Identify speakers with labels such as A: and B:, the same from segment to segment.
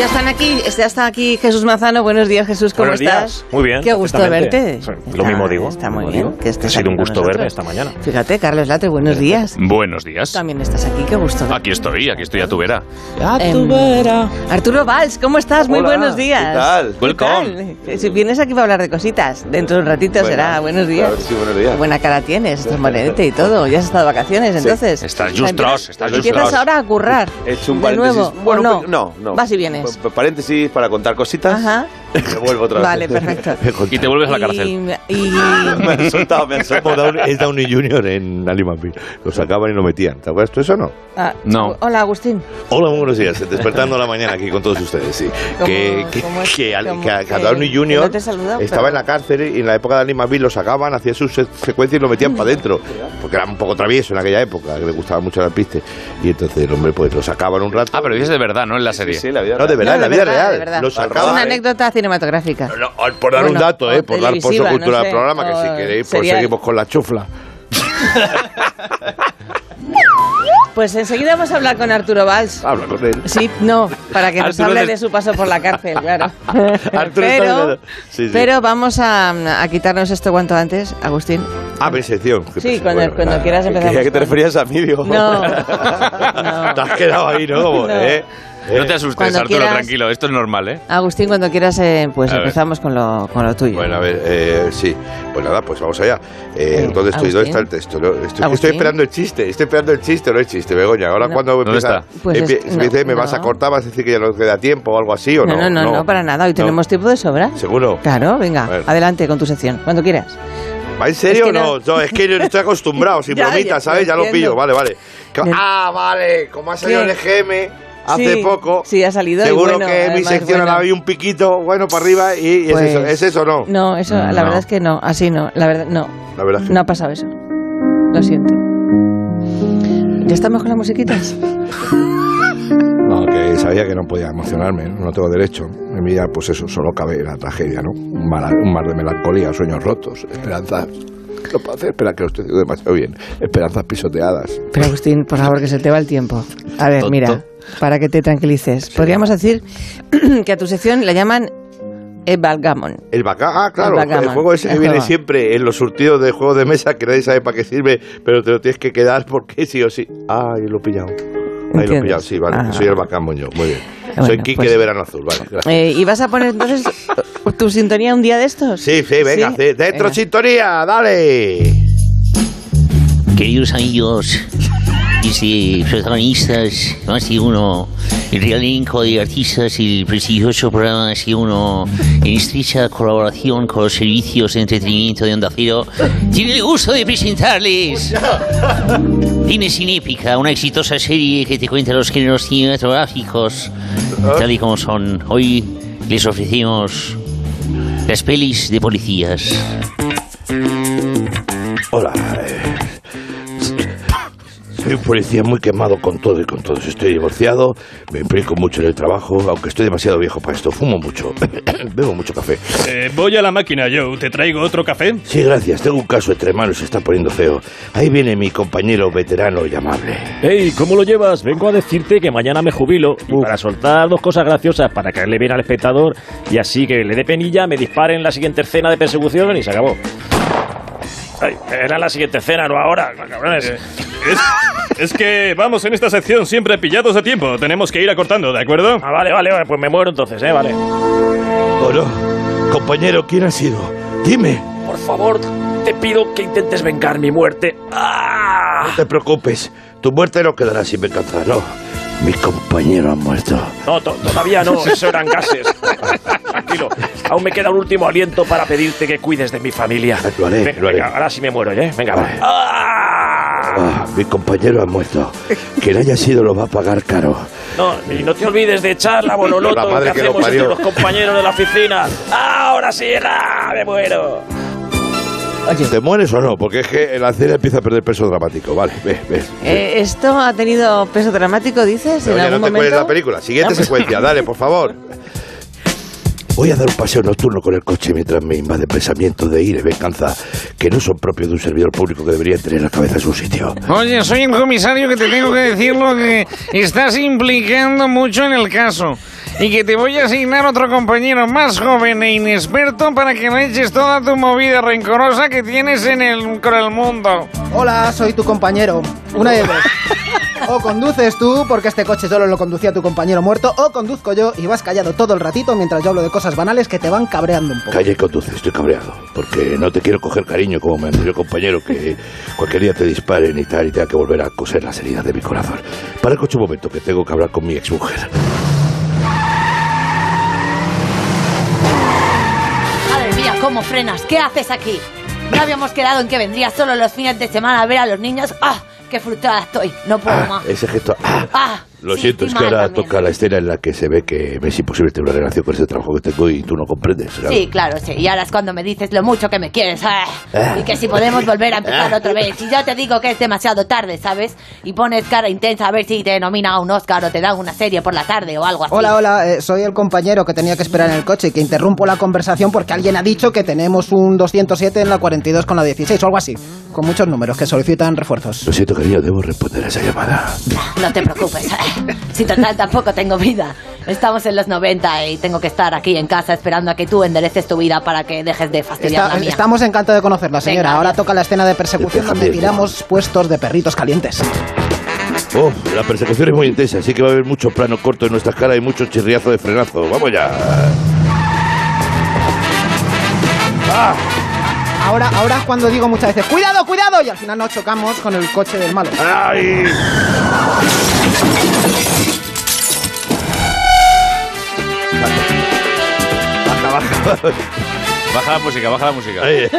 A: Ya están aquí, ya está aquí Jesús Manzano. Buenos días, Jesús, ¿cómo
B: Buenos días.
A: estás?
B: Muy bien,
A: Qué gusto
B: perfectamente.
A: verte.
B: Lo mismo
A: Ah,
B: digo.
A: Está
B: lo
A: muy
B: mismo
A: bien.
B: digo.
A: que estés
B: ha sido
A: aquí
B: un
A: con
B: gusto verme
A: nosotros.
B: esta mañana.
A: Fíjate, Carlos Latre, buenos días.
C: Buenos días.
A: También estás aquí, qué gusto.
C: Aquí estoy, aquí estoy a tu vera.
A: Em, Arturo Valls, ¿cómo estás? Muy
D: Hola,
A: buenos días.
D: ¿qué tal?
C: Welcome.
A: tal? Si vienes aquí para hablar de cositas, dentro de un ratito
D: Buenas.
A: será. Buenos días.
D: Claro que sí, buenos días.
A: Qué buena cara tienes, estás malamente y todo. Ya has estado de vacaciones, entonces.
C: Estás
A: O sea,
C: lustros,
A: empiezas-
C: estás
A: Empiezas
C: lustros.
A: ahora a currar.
D: He hecho un
A: de
D: paréntesis.
A: nuevo, ¿o
D: bueno,
A: no?
D: pe- no, no.
A: Vas y vienes.
D: Pa- pa- Paréntesis para contar cositas.
A: Ajá.
D: Me vuelvo otra vez.
A: Vale, perfecto.
C: Y te vuelves a la cárcel.
A: Y, y-
D: me han soltado, me han
E: Como
D: soltado.
E: Downey- es Downey Jr. en Animal Beat. Lo sacaban y lo metían. ¿Te acuerdas tú eso o no?
A: ah,
C: No.
A: Hola, Agustín.
E: Hola, muy buenos días. Despertando la mañana aquí con todos ustedes, sí.
A: ¿Cómo-
E: Que, que,
A: cómo es-
E: que al-
A: cómo-
E: que a- que a
A: que-
E: Downey
A: que
E: Jr.
A: no te he saludado,
E: estaba
A: pero-
E: en la cárcel y en la época de Animal Beat lo sacaban, hacía sus se- secuencias y lo metían para adentro. Porque era un poco travieso en aquella época, que le gustaba mucho la piste. Y entonces el hombre pues lo sacaban un rato.
C: Ah, pero dices de verdad, ¿no? En la serie.
D: Sí, sí, la vida.
E: No, de verdad,
A: No,
E: en la
A: de
E: vida
A: verdad, de
E: real.
A: verdad.
E: Lo
A: Una
E: sacaban.
A: anécdota cinematográfica.
E: No, o- por dar
A: Bueno,
E: un dato,
A: o
E: eh, por dar por su
A: televisiva, no
E: cultura
A: sé,
E: del programa, que
A: o
E: si queréis, pues
A: serial.
E: seguimos con la chufla.
A: Pues enseguida vamos a hablar con Arturo Valls.
E: Habla con él.
A: Sí, no, para que nos
C: Arturo
A: hable
C: les-
A: de su paso por la cárcel, claro.
E: Arturo está
A: pero,
E: hablando. Sí, sí.
A: pero vamos a, a quitarnos esto cuanto antes, Agustín.
E: Ah, mi sección. Qué
A: Sí,
E: pesa-
A: cuando- cuando
E: nada.
A: quieras empezar.
D: ¿Qué- ¿A qué te referías a mí, digo?
A: No.
E: Te has quedado ahí, ¿no? Como,
A: No.
E: ¿eh?
C: No te asustes,
A: Cuando
C: Arturo,
A: quieras.
C: tranquilo. Esto es normal, ¿eh?
A: Agustín, cuando quieras, eh, pues
C: A ver.
A: empezamos con lo, con lo tuyo.
E: Bueno, a ver, eh, sí. Pues nada, pues vamos allá. Eh,
A: Eh,
E: ¿Dónde estoy?
A: Agustín.
E: ¿Dónde está el texto? Lo- Estoy,
A: Agustín.
E: estoy esperando el chiste. Estoy esperando el chiste o no el chiste, Begoña. Ahora
A: No.
E: cuando
C: ¿Dónde
E: empieza,
C: está?
A: Pues es-
E: empie-
A: no,
E: me dice, ¿me
A: no.
E: vas a cortar? ¿Vas a decir que ya no queda tiempo o algo así o no?
A: no, no, no, no, para nada. Hoy
E: No.
A: tenemos tiempo de sobra.
E: ¿Seguro?
A: Claro, venga,
E: A ver.
A: adelante con tu sección, cuando quieras.
E: ¿Va en serio
A: Es que
E: o
A: no-
E: no? Yo, es que yo estoy acostumbrado, sin
A: Ya,
E: bromitas,
A: ya,
E: ¿sabes? Ya lo
A: entiendo.
E: pillo, vale, vale. Ca-
A: Bien.
E: Ah, vale, como ha salido
A: ¿Qué?
E: el EGM hace
A: Sí,
E: poco.
A: sí, ha salido y
E: Seguro
A: bueno,
E: que en mi
A: además,
E: sección
A: bueno.
E: ahora hay un piquito bueno para arriba y, y
A: Pues-
E: es eso, ¿es eso o Oh. no?
A: No, eso, la
C: No.
A: verdad es que no, así no, la verdad, no.
E: La verdad es que
A: No ha pasado eso. Lo siento. ¿Ya estamos con las musiquitas?
E: No, que sabía que no podía emocionarme, no No tengo derecho. En mi vida, pues eso, solo cabe la tragedia, ¿no? Un mar, un mar de melancolía, sueños rotos, esperanzas. No puedo hacer esperar que lo estoy haciendo demasiado bien. Esperanzas pisoteadas.
A: Pero Agustín, por favor, que se te va el tiempo. A ver,
C: Tonto.
A: mira, para que te tranquilices. Podríamos decir que a tu sección la llaman Evalgamon.
E: El bacá, ah, claro,
A: El
E: el,
A: backgammon,
E: juego ese
A: el
E: que viene
A: juego.
E: siempre en los surtidos de juegos de mesa que nadie sabe para qué sirve, pero te lo tienes que quedar porque sí o sí. Ah, yo lo he pillado. Ahí lo he
A: ¿Entiendes?
E: pillado, sí, vale.
A: Ah.
E: Soy el backgammon yo, muy bien. Soy
A: Bueno,
E: Quique
A: pues-
E: de Verano Azul, vale. gracias.
A: Eh, ¿Y vas a poner entonces tu sintonía un día de estos?
E: Sí, sí, venga,
A: Sí,
E: hace- dentro
A: venga.
E: sintonía, dale.
F: Queridos amigos y sí, protagonistas, más de uno, el real elenco de artistas y el prestigioso programa Más de uno, en estrecha colaboración con los servicios de entretenimiento de Onda Cero, tiene el gusto de presentarles Cine Cinépica, una exitosa serie que te cuenta los géneros cinematográficos tal y como son. Hoy les ofrecemos las pelis de policías.
E: Hola. eh, Soy un policía muy quemado con todo y con todos. Estoy divorciado, me implico mucho en el trabajo, aunque estoy demasiado viejo para esto. Fumo mucho, bebo mucho café.
G: Eh, voy a la máquina, Joe. ¿Te traigo otro café?
E: Sí, gracias. Tengo un caso entre manos, se está poniendo feo. Ahí viene mi compañero veterano y amable.
G: Hey, ¿cómo lo llevas? Vengo a decirte que mañana me jubilo. Y para soltar dos cosas graciosas, para caerle bien al espectador y así que le dé penilla, me disparen en la siguiente escena de persecución y se acabó. Ay, era la siguiente escena, no ahora, cabrones. eh.
H: Es, es que vamos en esta sección siempre pillados a tiempo. Tenemos que ir acortando, ¿de acuerdo?
G: Ah, vale, vale, vale, pues me muero entonces, eh, vale.
E: Oh, no. Compañero, ¿quién ha sido? Dime.
G: Por favor, te pido que intentes vengar mi muerte. ¡Ah!
E: No te preocupes. Tu muerte no quedará sin venganza, no. Mi compañero ha muerto.
G: No, to- todavía no, eso eran gases. Tranquilo, aún me queda un último aliento para pedirte que cuides de mi familia.
E: Lo haré,
G: Venga,
E: lo haré.
G: venga, ahora sí me muero, ¿eh? Venga, va.
E: Vale.
G: ¡Ah!
E: Ah, mi compañero ha muerto. Quien haya sido lo va a pagar caro.
G: No, y no te olvides de echar la bololoto
E: La madre
G: que,
E: que lo
G: hacemos entre
E: parió.
G: los compañeros de la oficina. ¡Ah, ahora sí, ah, me muero.
A: Oye,
E: ¿Te mueres o no? Porque es que la cena empieza a perder peso dramático. Vale, ves, ves.
A: eh, ¿esto ha tenido peso dramático, dices?
E: Pero
A: ¿En
E: oye, no
A: algún
E: te cueles
A: momento?
E: la película. Siguiente secuencia, dale, por favor. Voy a dar un paseo nocturno con el coche mientras me invade pensamientos de ira y venganza que no son propios de un servidor público que debería tener la cabeza en su sitio.
B: Oye, soy el comisario que te tengo que decir lo que estás implicando mucho en el caso. Y que te voy a asignar otro compañero más joven e inexperto para que me eches toda tu movida rencorosa que tienes en el, con el mundo.
I: Hola, soy tu compañero. Una de dos. O conduces tú, porque este coche solo lo conducía tu compañero muerto, o conduzco yo y vas callado todo el ratito mientras yo hablo de cosas banales que te van cabreando un poco.
E: Calla y conduce, estoy cabreado. Porque no te quiero coger cariño como mi anterior compañero que cualquier día te disparen y tal y tenga que volver a coser las heridas de mi corazón. Para el coche un momento que tengo que hablar con mi exmujer.
J: Madre mía, ¿cómo frenas? ¿Qué haces aquí? No habíamos quedado en que vendrías solo los fines de semana a ver a los niños. ¡Ah! ¡Qué frustrada estoy! No puedo
E: Ah,
J: más.
E: ese gesto. ah.
J: ¡Ah!
E: Lo
J: sí,
E: siento, es que
J: estoy
E: ahora
J: mal también.
E: toca la escena en la que se ve que me es imposible tener una relación con este trabajo que tengo y tú no comprendes. claro.
J: Sí, claro, sí. Y ahora es cuando me dices lo mucho que me quieres. ¡Ah!
E: Ah.
J: Y que si podemos volver a
I: Ah.
J: empezar otra vez. Y ya te digo que es demasiado tarde, ¿sabes? Y pones cara intensa a ver si te nomina a un Oscar o te dan una serie por la tarde o algo así.
I: Hola, hola, eh, soy el compañero que tenía que esperar en el coche y que interrumpo la conversación porque alguien ha dicho que tenemos un 207 en la 42 con la 16 o algo así, con muchos números que solicitan refuerzos.
E: Lo siento, cariño, debo responder a esa llamada.
J: No te preocupes. Si total tampoco tengo vida. Estamos en los 90 y tengo que estar aquí en casa esperando a que tú endereces tu vida para que dejes de fastidiar
I: Está-
J: la mía.
I: estamos encantados de conocerla, señora.
J: Venga,
I: Ahora
J: adiós.
I: toca la escena de persecución
E: Déjame
I: donde
E: ir.
I: tiramos puestos de perritos calientes.
E: Oh, la persecución es muy intensa, así que va a haber mucho plano corto en nuestras caras y mucho chirriazo de frenazo. ¡Vamos ya!
I: Ah. Ahora, ahora es cuando digo muchas veces, cuidado, cuidado, y al final nos chocamos con el coche del malo.
E: ¡Ay! Baja, baja, baja.
C: Baja la música, baja la música.
E: Ay,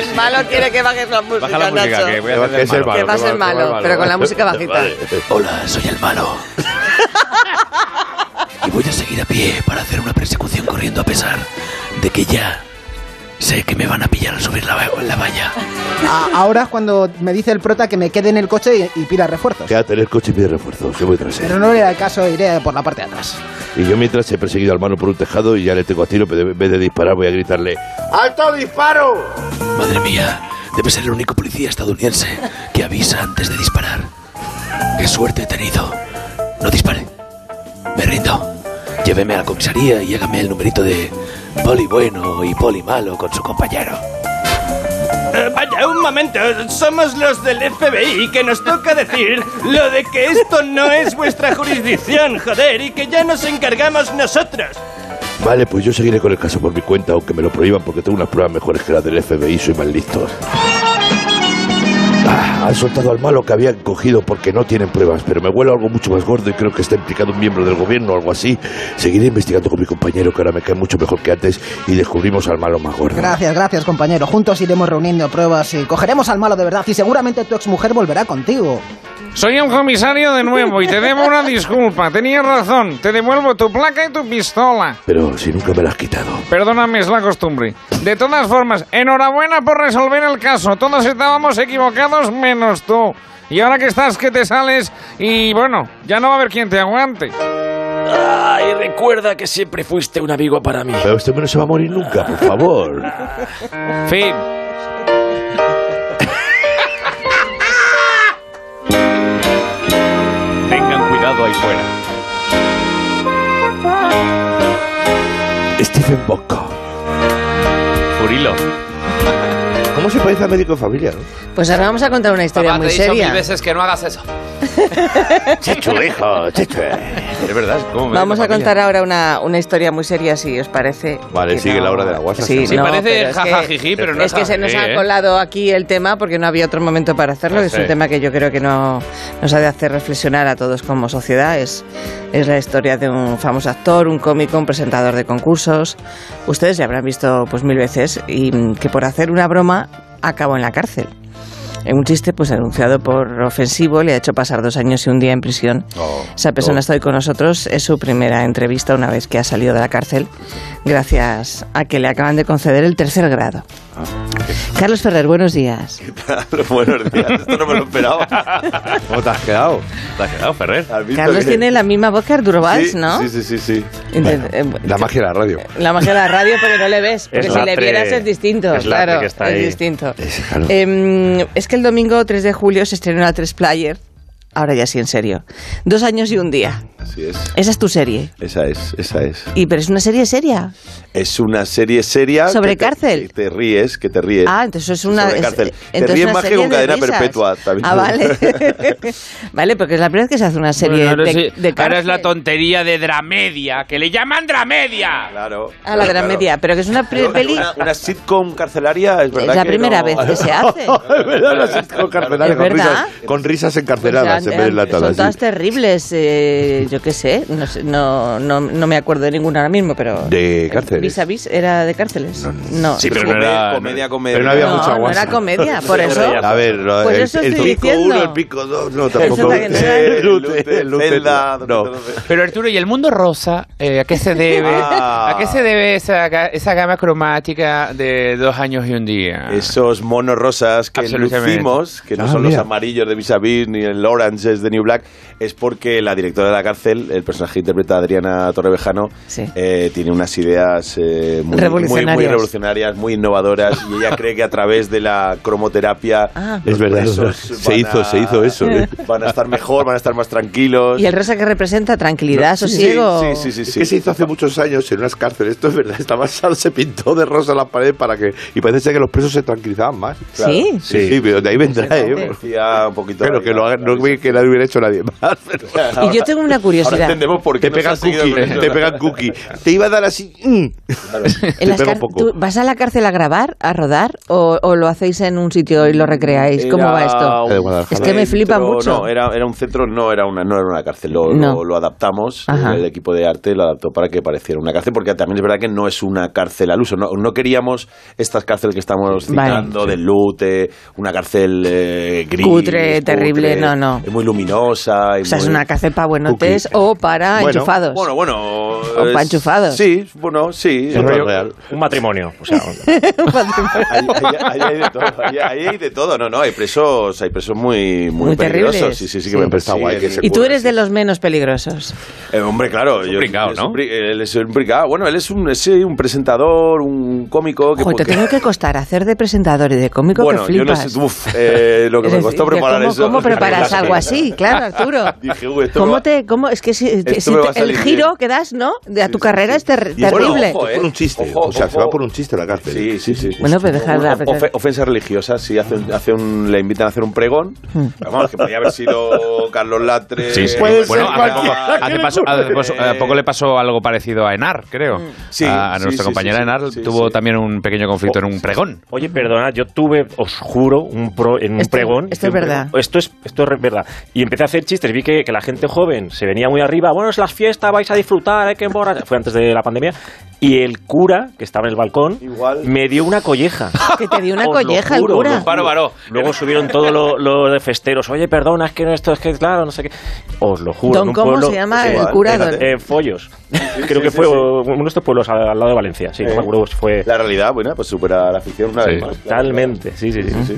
A: El malo quiere que bajes la música,
C: Baja la música,
A: Nacho.
C: que voy
E: Que
C: a
E: va-
C: hacer del
E: que es el malo,
A: Que va a
C: que va-
A: ser
C: que va el
A: malo, pero con la música bajita.
E: Vale.
D: Hola, soy el malo. Y voy a seguir a pie para hacer una persecución corriendo a pesar de que ya sé que me van a pillar al subir la, va- la valla.
I: A- ahora es cuando me dice el prota que me quede en el coche y, y pida refuerzos.
E: Quédate en el coche y pide refuerzos. Yo voy tras él.
I: Pero no le da el caso, iré por la parte de atrás.
E: Y yo mientras he perseguido al mano por un tejado y ya le tengo a tiro, pero en vez de disparar voy a gritarle ¡Alto disparo!
D: Madre mía, debe ser el único policía estadounidense que avisa antes de disparar. ¡Qué suerte he tenido! No dispare. Me rindo. Lléveme a la comisaría y hágame el numerito de poli bueno y poli malo con su compañero.
H: Eh, vaya, un momento. Somos los del FBI que nos toca decir lo de que esto no es vuestra jurisdicción, joder, y que ya nos encargamos nosotros.
E: Vale, pues yo seguiré con el caso por mi cuenta, aunque me lo prohíban porque tengo unas pruebas mejores que las del FBI, soy más listo. Ah, han soltado al malo que habían cogido porque no tienen pruebas, pero me huelo algo mucho más gordo y creo que está implicado un miembro del gobierno o algo así. Seguiré investigando con mi compañero que ahora me cae mucho mejor que antes y descubrimos al malo más gordo.
I: Gracias, gracias, compañero. Juntos iremos reuniendo pruebas y cogeremos al malo de verdad. Y seguramente tu exmujer volverá contigo.
B: Soy un comisario de nuevo y te debo una disculpa. Tenías razón. Te devuelvo tu placa y tu pistola.
E: Pero si nunca me lo has quitado.
B: Perdóname, es la costumbre. De todas formas, enhorabuena por resolver el caso. Todos estábamos equivocados menos tú. Y ahora que estás que te sales y bueno, ya no va a haber quien te aguante.
G: Ay, recuerda que siempre fuiste un amigo para mí.
E: Pero este hombre no se va a morir nunca, por favor.
B: Fin.
C: Tengan cuidado ahí fuera.
E: Stephen Bocco.
C: Furilo.
E: ¿Cómo se parece a médico de familia? no?
A: Pues ahora vamos a contar una historia muy seria.
C: que no hagas eso.
E: Chechu, hijo, chechu.
C: Es verdad, es como
A: Vamos a
C: Médico de
A: contar ahora una, una historia muy seria, si os parece.
E: Vale,
A: que
E: sigue la hora de la guasa,
A: Sí,
E: sí. Sí,
A: no,
C: parece
A: pero es que-
C: jajajiji, pero no
A: Es que se nos
C: jajajiji,
A: ha
C: ¿eh?
A: colado aquí el tema porque no había otro momento para hacerlo.
C: Ah,
A: Es un
C: sí.
A: tema que yo creo que no, nos ha de hacer reflexionar a todos como sociedad. Es, es la historia de un famoso actor, un cómico, un presentador de concursos. Ustedes le habrán visto pues mil veces y mm, que por hacer una broma acabó en la cárcel. en un chiste pues anunciado por ofensivo, le ha hecho pasar dos años y un día en prisión. Esa persona
K: oh.
A: está hoy con nosotros, es su primera entrevista una vez que ha salido de la cárcel, gracias a que le acaban de conceder el tercer grado. Carlos Ferrer, buenos días.
C: Los buenos días. Esto no me lo esperaba. ¿Cómo te has quedado? ¿Te has quedado, Ferrer?
A: Carlos tiene la misma voz que Arturo Valls, ¿no?
C: sí, sí, sí.
A: Entonces, eh,
E: La magia de la radio.
A: La magia de la radio, pero no le ves. Porque
E: Es
A: si le
E: lastre-
A: vieras es distinto.
E: es lastre
A: claro,
E: que está
A: es
E: ahí.
A: distinto. Eh, es que el domingo 3 de julio se estrenó la 3 Player. Ahora ya sí, en serio. Dos años y un día.
K: Así es.
A: Esa es tu serie.
K: Esa es, esa es.
A: Y pero es una serie seria.
K: Es una serie seria.
A: ¿Sobre
K: que te-
A: cárcel?
K: que Te, ríes, que te ríes.
A: Ah, entonces es una.
K: Sobre
A: es-
K: cárcel. te
A: entonces
K: ríes
A: una
K: más que
A: serie
K: con
A: de
K: cadena
A: risas.
K: perpetua. También.
A: Ah, vale. vale, porque es la primera vez que se hace una serie
L: Bueno, ahora
A: de,
L: sí,
A: de
L: ahora
A: cárcel.
L: es la tontería de Dramedia, que le llaman Dramedia.
K: Claro.
A: A la de la media, pero que es una pri-
K: Pero
A: peli.
K: Una, una sitcom carcelaria es verdad
A: Es la
K: que
A: primera
K: no-
A: vez que se hace.
E: Es verdad, una sitcom carcelaria
A: Es
E: con
A: verdad.
E: risas, con risas
A: O
E: encarceladas
A: sea,
E: en vez de enlatadas,
A: son
E: sí.
A: todas terribles, eh, yo qué sé, no, sé, no, no, no me acuerdo de ninguna ahora mismo, pero...
E: De cárceles.
A: Vis a vis era de cárceles. No.
E: Sí, pero
K: Comedia,
E: no era-
K: comedia, comedia.
E: pero no había No, mucha no
A: guasa. era comedia, por eso-
K: A ver, no,
A: Por
K: el,
A: eso
K: el
A: estoy
K: pico
A: diciendo.
K: uno, el pico dos, no,
A: Eso
K: tampoco.
A: está que no
K: Eh,
A: era-
K: el Lute, el Lute,
L: Zelda,
K: no.
L: Pero Arturo, ¿y el mundo rosa? eh, ¿A qué se debe?
K: Ah.
L: ¿A qué se debe esa, ga- esa gama cromática de dos años y un día?
K: Esos monos rosas que
L: Absolutamente.
K: lucimos, que no
L: Ah,
K: son
L: mira.
K: los amarillos de Vis a Vis ni el orange es de New Black, es porque la directora de la cárcel, el personaje que interpreta a Adriana Torrevejano, eh, tiene unas ideas eh, muy, muy-
A: Revolucionarias.
K: muy revolucionarias, muy innovadoras, y ella cree que a través de la cromoterapia
A: Ah.
K: los
E: Es verdad, es
K: presos
E: verdad.
K: van
E: Se hizo- se hizo eso, ¿eh?
K: Van a estar mejor, van a estar más tranquilos.
A: Y el rosa que representa tranquilidad,
K: No, sí,
A: sosiego.
K: sí, sí, sí, sí,
E: Es
K: sí.
E: que se hizo hace muchos años en unas cárceles. Esto es verdad. Esta basal se pintó de rosa la pared para que. Y parece ser que los presos se tranquilizaban más.
K: Claro.
E: Sí, sí, pero de ahí vendrá, ¿eh?
K: Hacía un poquito
E: Pero que lo hagan, no vi que nadie hubiera hecho nadie más. pero-
A: Y yo tengo una curiosidad.
K: Ahora entendemos por qué
E: Te pegan
K: nos han seguido
E: cookie,
K: con eso.
E: te pegan cookie. Te iba a dar así. mm.
A: En
E: Te
A: las
E: pega
A: car-
E: un poco.
A: ¿tú ¿Vas a la cárcel a grabar, a rodar, o, o lo hacéis en un sitio y lo recreáis? ¿Cómo
K: Mm, Era
A: va
K: un
A: esto? Es que me
K: centro-
A: flipa mucho.
K: No, eh, era, era un centro, no era una, no era una cárcel. Lo,
A: No.
K: lo- lo adaptamos, eh,
A: Ajá.
K: el equipo de arte lo adaptó para que pareciera una cárcel, porque también es verdad que no es una cárcel al uso. No, no queríamos estas cárceles que estamos
A: Vale.
K: citando, de lute, una cárcel eh, gris.
A: Cutre, terrible, no, no.
K: Es muy luminosa. y
A: o sea, es
K: muy-
A: una cárcel para buenotes o para
K: Bueno,
A: enchufados.
K: Bueno, bueno.
A: O
K: es-
A: para enchufados.
K: Sí, bueno, sí.
G: Un rollo-
K: Un matrimonio. O sea, Ahí hay de todo, ahí, ahí hay de todo, no, no, hay presos, hay presos muy, muy,
A: Muy
K: peligrosos,
A: terribles.
K: sí, sí, sí que me parece guay que se
A: y tú eres de los menos peligrosos.
K: Eh, hombre, claro, yo,
C: pringao,
K: es
C: ¿no?
K: un pri- él es un pringao. bueno, él es un, es, eh, un presentador, un cómico que,
A: Ojo, te
K: que-
A: tengo que costar hacer de presentador y de cómico
K: bueno,
A: que
K: yo no
A: flipas.
K: sé, uf, eh, lo que
A: Es
K: me
A: decir,
K: costó
A: de
K: preparar
A: cómo-
K: eso.
A: ¿Cómo preparas algo así? Claro, Arturo.
K: Dije, uy, esto me
A: ¿Cómo
K: va-
A: te, cómo, es que si,
K: Esto
A: si
K: me
A: te-
K: va a
A: el
K: salir
A: giro que das, ¿no? De a tu carrera es ter-
K: Y bueno,
A: terrible.
K: ojo, eh.
E: Por un chiste.
K: Ojo,
E: o sea, se
K: ojo.
E: va por un chiste a la cárcel.
K: Sí, sí, sí.
A: Bueno, pero dejar de
K: Ofe-
A: pensar-
K: ofensa religiosa, sí, hace un- hace un- le invitan a hacer un pregón.
A: Hmm.
K: Vamos, que podría haber sido Carlos Latre.
L: Sí, sí.
K: Puede
L: bueno,
K: ser
L: hace poco,
K: cualquiera.
L: hace paso- hace paso- hace poco le pasó algo parecido a Enar, creo.
K: Mm. Sí,
L: a, a
K: sí,
L: nuestra
K: sí,
L: compañera
K: sí, sí,
L: Enar
K: sí, Oh.
L: tuvo también un pequeño conflicto en un pregón.
G: Oye, perdona, yo tuve, os juro, un pro, en un
L: Esto-
G: pregón.
L: esto es
G: un
L: verdad.
G: pregón. Esto es, esto es re- verdad. Y empecé a hacer chistes. Vi que, que la gente joven se venía muy arriba. Bueno, es las fiestas, vais a disfrutar, hay que emborrachar. Fue antes de la pandemia. Y el cura, que estaba en el balcón, me dio una colleja.
A: Que te dio una
G: Os lo
A: colleja el
G: juro, os lo
A: cura.
G: juro. Luego subieron todos los los de festeros. Oye, perdona, es que no, esto es que, claro, no sé qué. Os lo juro.
A: Don,
G: en un
A: ¿cómo
G: pueblo-
A: se llama
G: Sí,
A: el cura,
G: en-
A: don?
G: En Follos. Creo que fue uno de estos pueblos al, al lado de Valencia. Sí, no me acuerdo si fue.
K: Eh. La realidad, bueno, pues supera la ficción una vez más.
G: Totalmente, sí, sí, sí.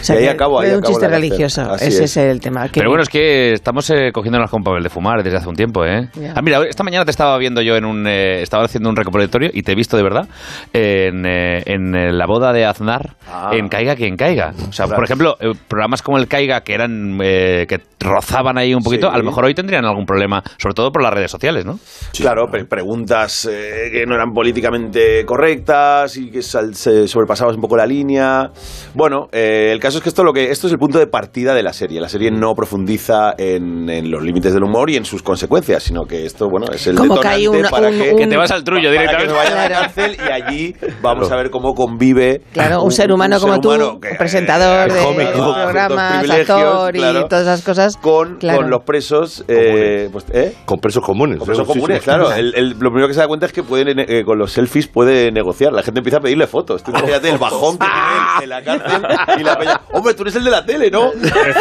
A: O sea,
K: y ahí
A: que
K: acabo, ahí
A: fue un
K: acabo
A: chiste
K: la cárcel.
A: religioso.
K: Así
A: Ese es
K: es.
A: el tema. que-
L: Pero bueno, es que estamos eh, cogiéndonos con papel de fumar desde hace un tiempo, ¿eh?
A: Ya.
L: Ah, mira, esta mañana te estaba viendo yo en un... eh, estaba haciendo un recopilatorio y te he visto de verdad en, eh, en, eh, la boda de Aznar, en Caiga quien caiga. O sea, por ejemplo, eh, programas como el Caiga que eran... eh, que rozaban ahí un poquito,
K: Sí.
L: a lo mejor hoy tendrían algún problema, sobre todo por las redes sociales, ¿no?
K: Claro, pre- preguntas eh, que no eran políticamente correctas y que sal- se sobrepasabas un poco la línea. Bueno, eh, el caso es que esto, lo que esto es el punto de partida de la serie. La serie no profundiza en, en los límites del humor y en sus consecuencias, sino que esto, bueno, es el
A: Como que
K: detonante
A: hay una-
K: para
A: un-
K: que,
A: un- Que te vas al
L: trullo
K: para que
L: directamente.
K: me vaya a la
L: Claro.
K: cárcel y allí vamos a ver cómo convive.
A: Claro, un ser humano
K: Ah, un
A: como
K: ser
A: tú,
K: humano que,
A: un presentador
K: eh,
A: de
K: cómico, con ciertos
A: programas,
K: privilegios,
A: actor y
K: claro,
A: todas esas cosas.
K: Con,
A: claro.
K: con los presos. eh, pues, ¿eh?
E: Con presos comunes.
K: Con presos
E: ¿eh? Sí,
K: comunes,
E: sí.
K: claro. El- el- lo primero que se da cuenta es que pueden, eh, con los selfies puede negociar. La gente empieza a pedirle fotos. Tú imagínate el bajón que tiene él en la cárcel y la peña. Hombre, tú eres el de la tele, ¿no?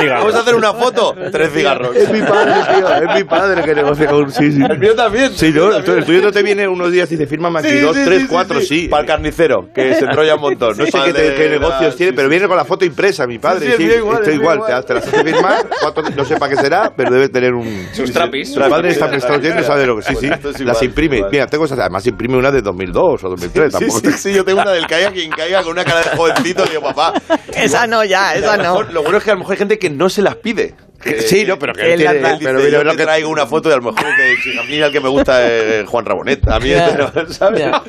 K: Vamos a hacer una foto. Tres cigarros.
E: Es mi padre, tío. Ah, Es mi padre que negocia con. Sí, sí. El
K: mío también.
E: Sí, no, el tuyo- el tuyo no te viene unos días y dice, firma aquí,
K: Sí,
E: dos,
K: sí,
E: tres,
K: sí,
E: cuatro,
K: sí,
E: sí.
K: sí. Para el carnicero, que se enrolla un montón.
E: No sé qué, te- qué negocios tiene, pero viene con la foto impresa, mi padre.
K: Sí, sí, el mío igual,
E: estoy
K: el mío
E: igual,
K: igual.
E: Te, las- te las hace firmar, cuatro- no sé para qué será, pero debe tener un...
K: Sus trapis.
E: Mi padre está prestado
K: Trapis.
E: no sabe lo que... Sí,
K: Pues
E: sí,
K: esto es igual,
E: las imprime.
K: igual.
E: Mira, tengo esas, además imprime una de 2002 o 2003,
K: Sí,
E: tampoco
K: sí, sí, yo tengo una del caiga quien caiga con una cara de jovencito, digo, papá.
A: Esa no, ya, esa
K: A lo
A: no.
K: mejor- Lo bueno es que a lo mejor hay gente que no se las pide. Que-
E: Sí, no, pero que
K: él,
E: tiene-
K: él dice,
E: pero mira,
K: yo
E: lo
K: te
E: que-
K: traigo una foto y a lo mejor que, a mí el que me gusta es Juan Rabonet. A mí
A: Ya.
K: este no, ¿sabes?
A: Ya.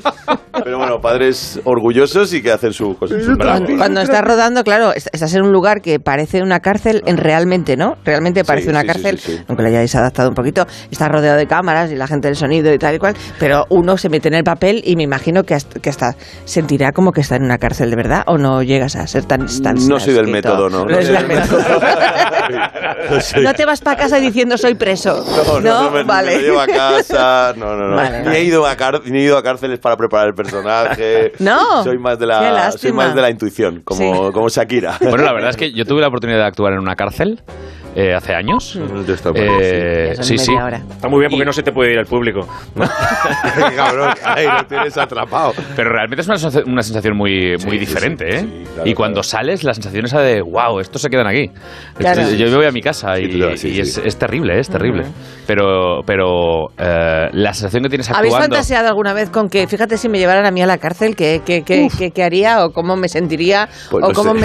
K: Pero bueno, padres orgullosos y que hacen sus cosas.
A: Cuando, cuando estás rodando, claro, est- estás en un lugar que parece una cárcel, en realmente, ¿no? Realmente parece
K: Sí,
A: una
K: sí,
A: cárcel,
K: sí, sí, sí.
A: aunque lo hayáis adaptado un poquito, estás rodeado de cámaras y la gente del sonido y tal y cual, pero uno se mete en el papel y me imagino que hasta, que hasta sentirá como que está en una cárcel de verdad o no llegas a ser tan... tan
K: No soy del
A: asquito.
K: método, no.
A: No, es
K: soy
A: del
K: del
A: método.
K: No soy-
A: No te vas para casa diciendo soy preso.
K: No, no, no me,
A: vale.
K: me lo llevo a casa. No, no, no.
A: Vale,
K: ni,
A: vale.
K: He ido a cár- ni he ido a cárceles para preparar el personaje.
A: No.
K: Soy más de
A: Qué
K: la, soy
A: lástima.
K: más de la intuición, como, como Shakira.
L: Bueno, la verdad es que yo tuve la oportunidad de actuar en una cárcel eh, hace años.
G: Mm.
L: Eh,
G: Sí,
L: sí, sí.
G: Está muy bien porque no se te puede ir al público.
E: Cabrón, ahí lo tienes atrapado.
L: Pero realmente es una, sensa- una sensación muy, muy diferente, ¿eh? y cuando sales, la sensación es de, wow, estos se quedan aquí.
A: Claro.
L: Esto- yo me voy a mi casa y, y es, es terrible, ¿eh? es terrible. Pero, pero eh, la sensación que tienes
A: ¿Habéis
L: actuando...
A: fantaseado alguna vez con que, fíjate, si me llevaran a mí a la cárcel, qué, qué, qué- qué- qué haría o cómo me sentiría
K: Pues
A: o
K: no
A: cómo
K: sé.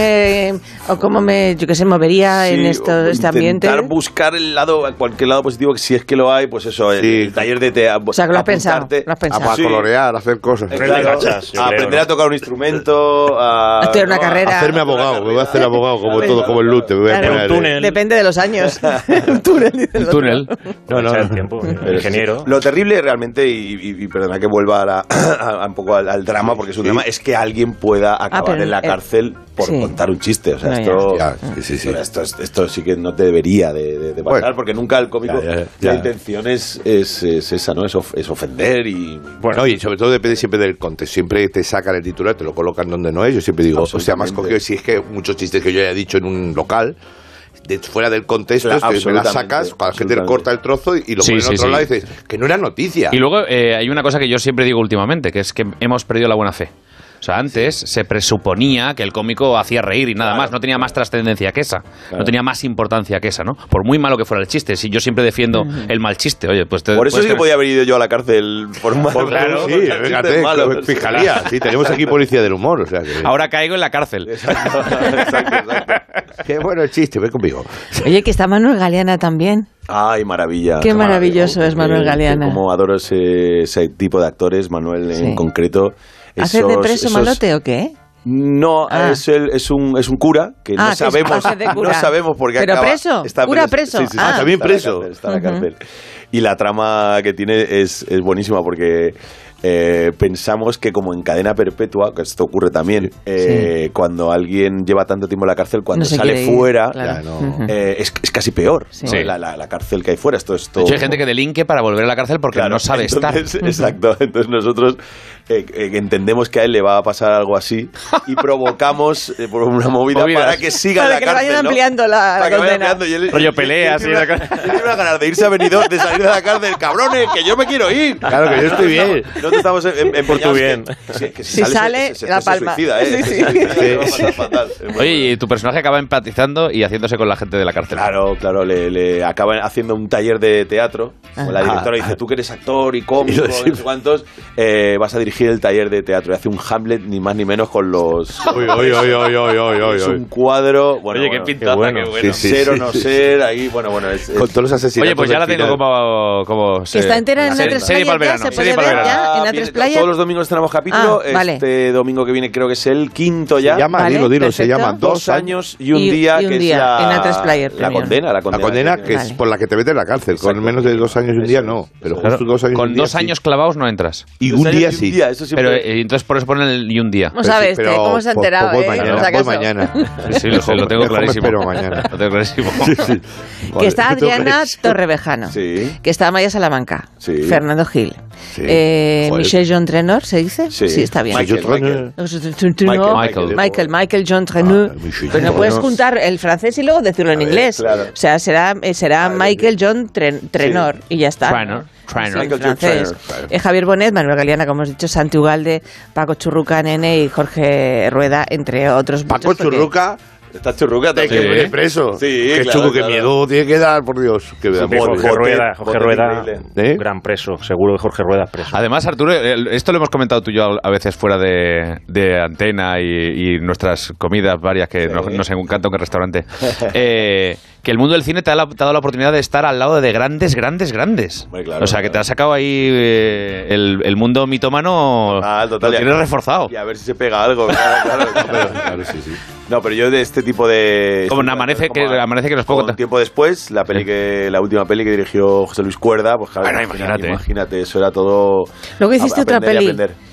A: me, o cómo me, yo qué sé, movería en
K: Sí,
A: esto,
K: o
A: este ambiente?
K: Intentar buscar el lado, cualquier lado positivo, que si es que lo hay, pues eso, el, el taller de teatro. O
A: sea, que lo has pensado, lo has pensado.
E: A
K: Sí.
E: colorear, a hacer cosas.
K: Eh, claro, a aprender a tocar un instrumento, a...
A: Estudiar una
K: no,
A: carrera.
E: Hacerme abogado, me voy a hacer abogado como todo, como el lute. Me voy a
A: Claro.
E: poner, eh,
A: Depende de los años. un túnel. dice el otro.
E: No, no, no.
K: Pero sí. Lo terrible realmente, y, y- y perdona que vuelva a la- a- a un poco al, al drama, porque es un drama, es que alguien pueda
A: Ah,
K: acabar
E: pero
K: en la
E: el-
K: cárcel por
E: sí.
K: contar un chiste. O sea,
E: No, ya.
K: esto,
E: Ya,
K: Esto, es- esto sí que no te debería de, de- de pasar,
E: Bueno.
K: porque nunca el cómico,
E: Ya, ya, ya.
K: la intención es, es- es esa, ¿no? Es, of- es ofender y...
E: No, y sobre todo depende siempre del contexto. Siempre te sacan el titular, te lo colocan donde no es. Yo siempre digo, o sea, más cogido si es que muchos chistes que yo haya dicho en un local, de, fuera del contexto,
K: Claro,
E: es que me las
K: absolutamente,
E: sacas, la gente
K: absolutamente.
E: corta el trozo y, y lo
L: Sí,
E: pone en
L: sí,
E: otro
L: sí.
E: lado y dices, que no era noticia.
L: Y luego eh, hay una cosa que yo siempre digo últimamente, que es que hemos perdido la buena fe. O sea, antes se presuponía que el cómico hacía reír y nada más, no tenía más trascendencia que esa, no tenía más importancia que esa, ¿no? Por muy malo que fuera el chiste, si yo siempre defiendo el mal chiste, oye, pues... te-
K: Por eso
L: puedes
K: sí que
L: tener-
K: podía haber ido yo a la cárcel por un mal...
L: Por- claro,
K: por-
E: Pues sí,
K: por- por-
E: fíjate,
K: chistes malos.
E: fiscalía. Sí, tenemos aquí policía del humor. O sea, que,
L: Ahora caigo en la cárcel.
E: qué bueno el chiste, ve conmigo.
A: Oye, que está Manuel Galeana también.
K: Ay, Ah, maravilla.
A: Qué maravilloso es Manuel Galeana.
K: Como adoro ese, ese tipo de actores, Manuel en concreto.
A: ¿Haces de
K: Esos-
A: preso
K: esos-
A: malote o qué?
K: No,
A: Ah.
K: es, el- es, un, es un cura
A: Ah, que
K: que no
A: es-
K: sabemos.
A: hace de
K: No
A: cura.
K: sabemos por qué
A: Pero
K: acaba-
A: preso, cura preso.
K: Sí, sí, sí,
A: Ah.
K: está
A: También
K: en la
E: preso.
K: cárcel, está en la cárcel. Y la trama que tiene es, es buenísima porque. eh, pensamos que como en cadena perpetua, que esto ocurre también, eh, cuando alguien lleva tanto tiempo en la cárcel, cuando
L: No se
K: sale
L: quiere ir,
K: fuera,
L: claro. Ya, no.
K: eh, es, es casi peor ¿no?
L: Sí.
K: la, la- la cárcel que hay fuera. Esto es
L: De
K: todo
L: hecho, hay gente que delinque para volver a la cárcel porque no sabe
K: entonces,
L: estar.
K: Exacto. Entonces nosotros eh, eh, entendemos que a él le va a pasar algo así y provocamos eh, por una movida
L: Movidas.
K: para que siga
A: Para
K: en la
A: que le
K: cárcel.
A: vayan
K: ¿no?
A: ampliando la- la
K: para que vayan
A: condena.
K: ampliando. Y él-
L: Rollo
K: él- él
L: peleas
K: tiene
L: y
K: una- él tiene una ganas de irse a Benidorm, de salir de la cárcel, cabrones, que yo me quiero ir.
E: Claro, que yo estoy bien.
K: Nosotros estamos en, en,
E: Por tu
K: empeñados que-
E: bien.
K: que- que
A: Si sale,
K: se- se-
A: la
K: se
A: palma.
K: suicida, ¿eh?
A: Sí,
K: Se
A: sí.
K: suicida,
L: Sí.
K: lo va a pasar fatal.
L: Oye, y tu personaje acaba empatizando y haciéndose con la gente de la cárcel.
K: Claro, claro, le, le acaban haciendo un taller de teatro.
L: Ah.
K: La directora dice, tú que eres actor y cómico,
L: Y lo
K: y no sé cuántos, eh, vas a dirigir el taller de teatro. Y hace un Hamlet ni más ni menos con los...
E: Uy, uy, uy, uy, uy, uy, uy,
K: es
E: uy.
K: un cuadro... Bueno,
L: Oye, qué
K: bueno,
L: pintaza, qué bueno. Sí, sí,
K: ser o
L: sí,
K: no
L: sí.
K: ser, ahí, bueno, bueno, es... es-
E: Con todos los asesinatos.
L: Oye, pues ya la tengo como... como
A: Que está entera en la
L: serie,
A: tres
L: serie para el
A: playas, ya
L: verano.
A: se
L: serie
A: puede
L: para el
A: ver
L: verano.
A: ya Ah, en la
K: viene-
A: tres playas.
K: Ah, Todos los domingos tenemos capítulo.
A: Ah, vale.
K: Este domingo que viene creo que es el quinto ya.
E: Se llama,
A: Vale,
E: dilo, dilo, se
A: perfecto.
E: llama
K: Dos años y un día,
A: y un
K: que
A: día,
K: es la,
A: en A3 Player
K: la
A: Premium.
K: condena. La condena,
E: que es por la que te meten en la cárcel. Con menos de dos años y un día no. Pero justo dos años y
L: Con
E: un día
L: dos
E: sí.
L: años clavados no entras.
E: Y un día sí.
K: día, eso siempre.
L: Pero eh, entonces por eso ponen el y un día.
A: No sabe este, ¿cómo se ha enterado? eh? Por si acaso.
L: Sí, sí, lo, sé, lo tengo
C: Mejor me
L: clarísimo.
C: espero mañana.
L: Lo tengo clarísimo.
A: Que está Adriana Torrevejano.
K: Sí.
A: Que está Maya Salamanca.
K: Sí.
A: Fernando Gil.
K: Sí.
A: Eh,
K: Joder.
A: Michelle John Trenor, ¿se dice?
K: Sí.
A: está bien.
K: Michael, Michael.
A: Michael,
K: Michael.
A: Michael, Michael, Michael John Trenor.
K: Trenor.
A: no puedes juntar el francés y luego decirlo en
K: ver,
A: inglés.
K: claro.
A: O sea, será, eh, será Michael John Tren- Trenor y ya está.
L: Trenor, Trenor.
A: Sí, en
L: Michael John
A: francés.
L: Trenor, claro.
A: Eh, Javier Bonet, Manuel Galeana, como hemos dicho, Santi Ugalde, Paco Churruca, Nene y Jorge Rueda, entre otros. Paco
C: Churruca,
K: Está churruca
C: De que
E: Eh,
K: también.
C: muere preso.
K: Sí,
C: qué
K: claro,
C: chulo, qué
K: claro.
C: miedo tiene que dar, por Dios. Que
G: Sí, Jorge Rueda, Jorge Rueda, gran preso, seguro que Jorge Rueda es preso.
L: Además, Arturo, el- esto lo hemos comentado tú y yo a veces fuera de, de antena y, y nuestras comidas varias que nos, nos encanta un restaurante. Eh, que el mundo del cine te ha, la- te ha dado la oportunidad de estar al lado de grandes, grandes, grandes. o sea, que te ha sacado ahí eh, el, el mundo mitomano.
C: Ah,
K: Total, total.
L: Lo
K: Y a-
L: tienes reforzado.
K: Y a ver si se pega algo. Claro, claro, claro, claro, sí, sí. No, pero yo de este tipo de.
L: Como en amanece, que, amanece que los pongo.
K: Un tiempo después, la peli que la última peli que dirigió José Luis Cuerda, pues claro, imagínate, imagínate, eso era todo.
A: Luego hiciste
K: a-
A: otra
K: aprender y
A: peli.
K: aprender.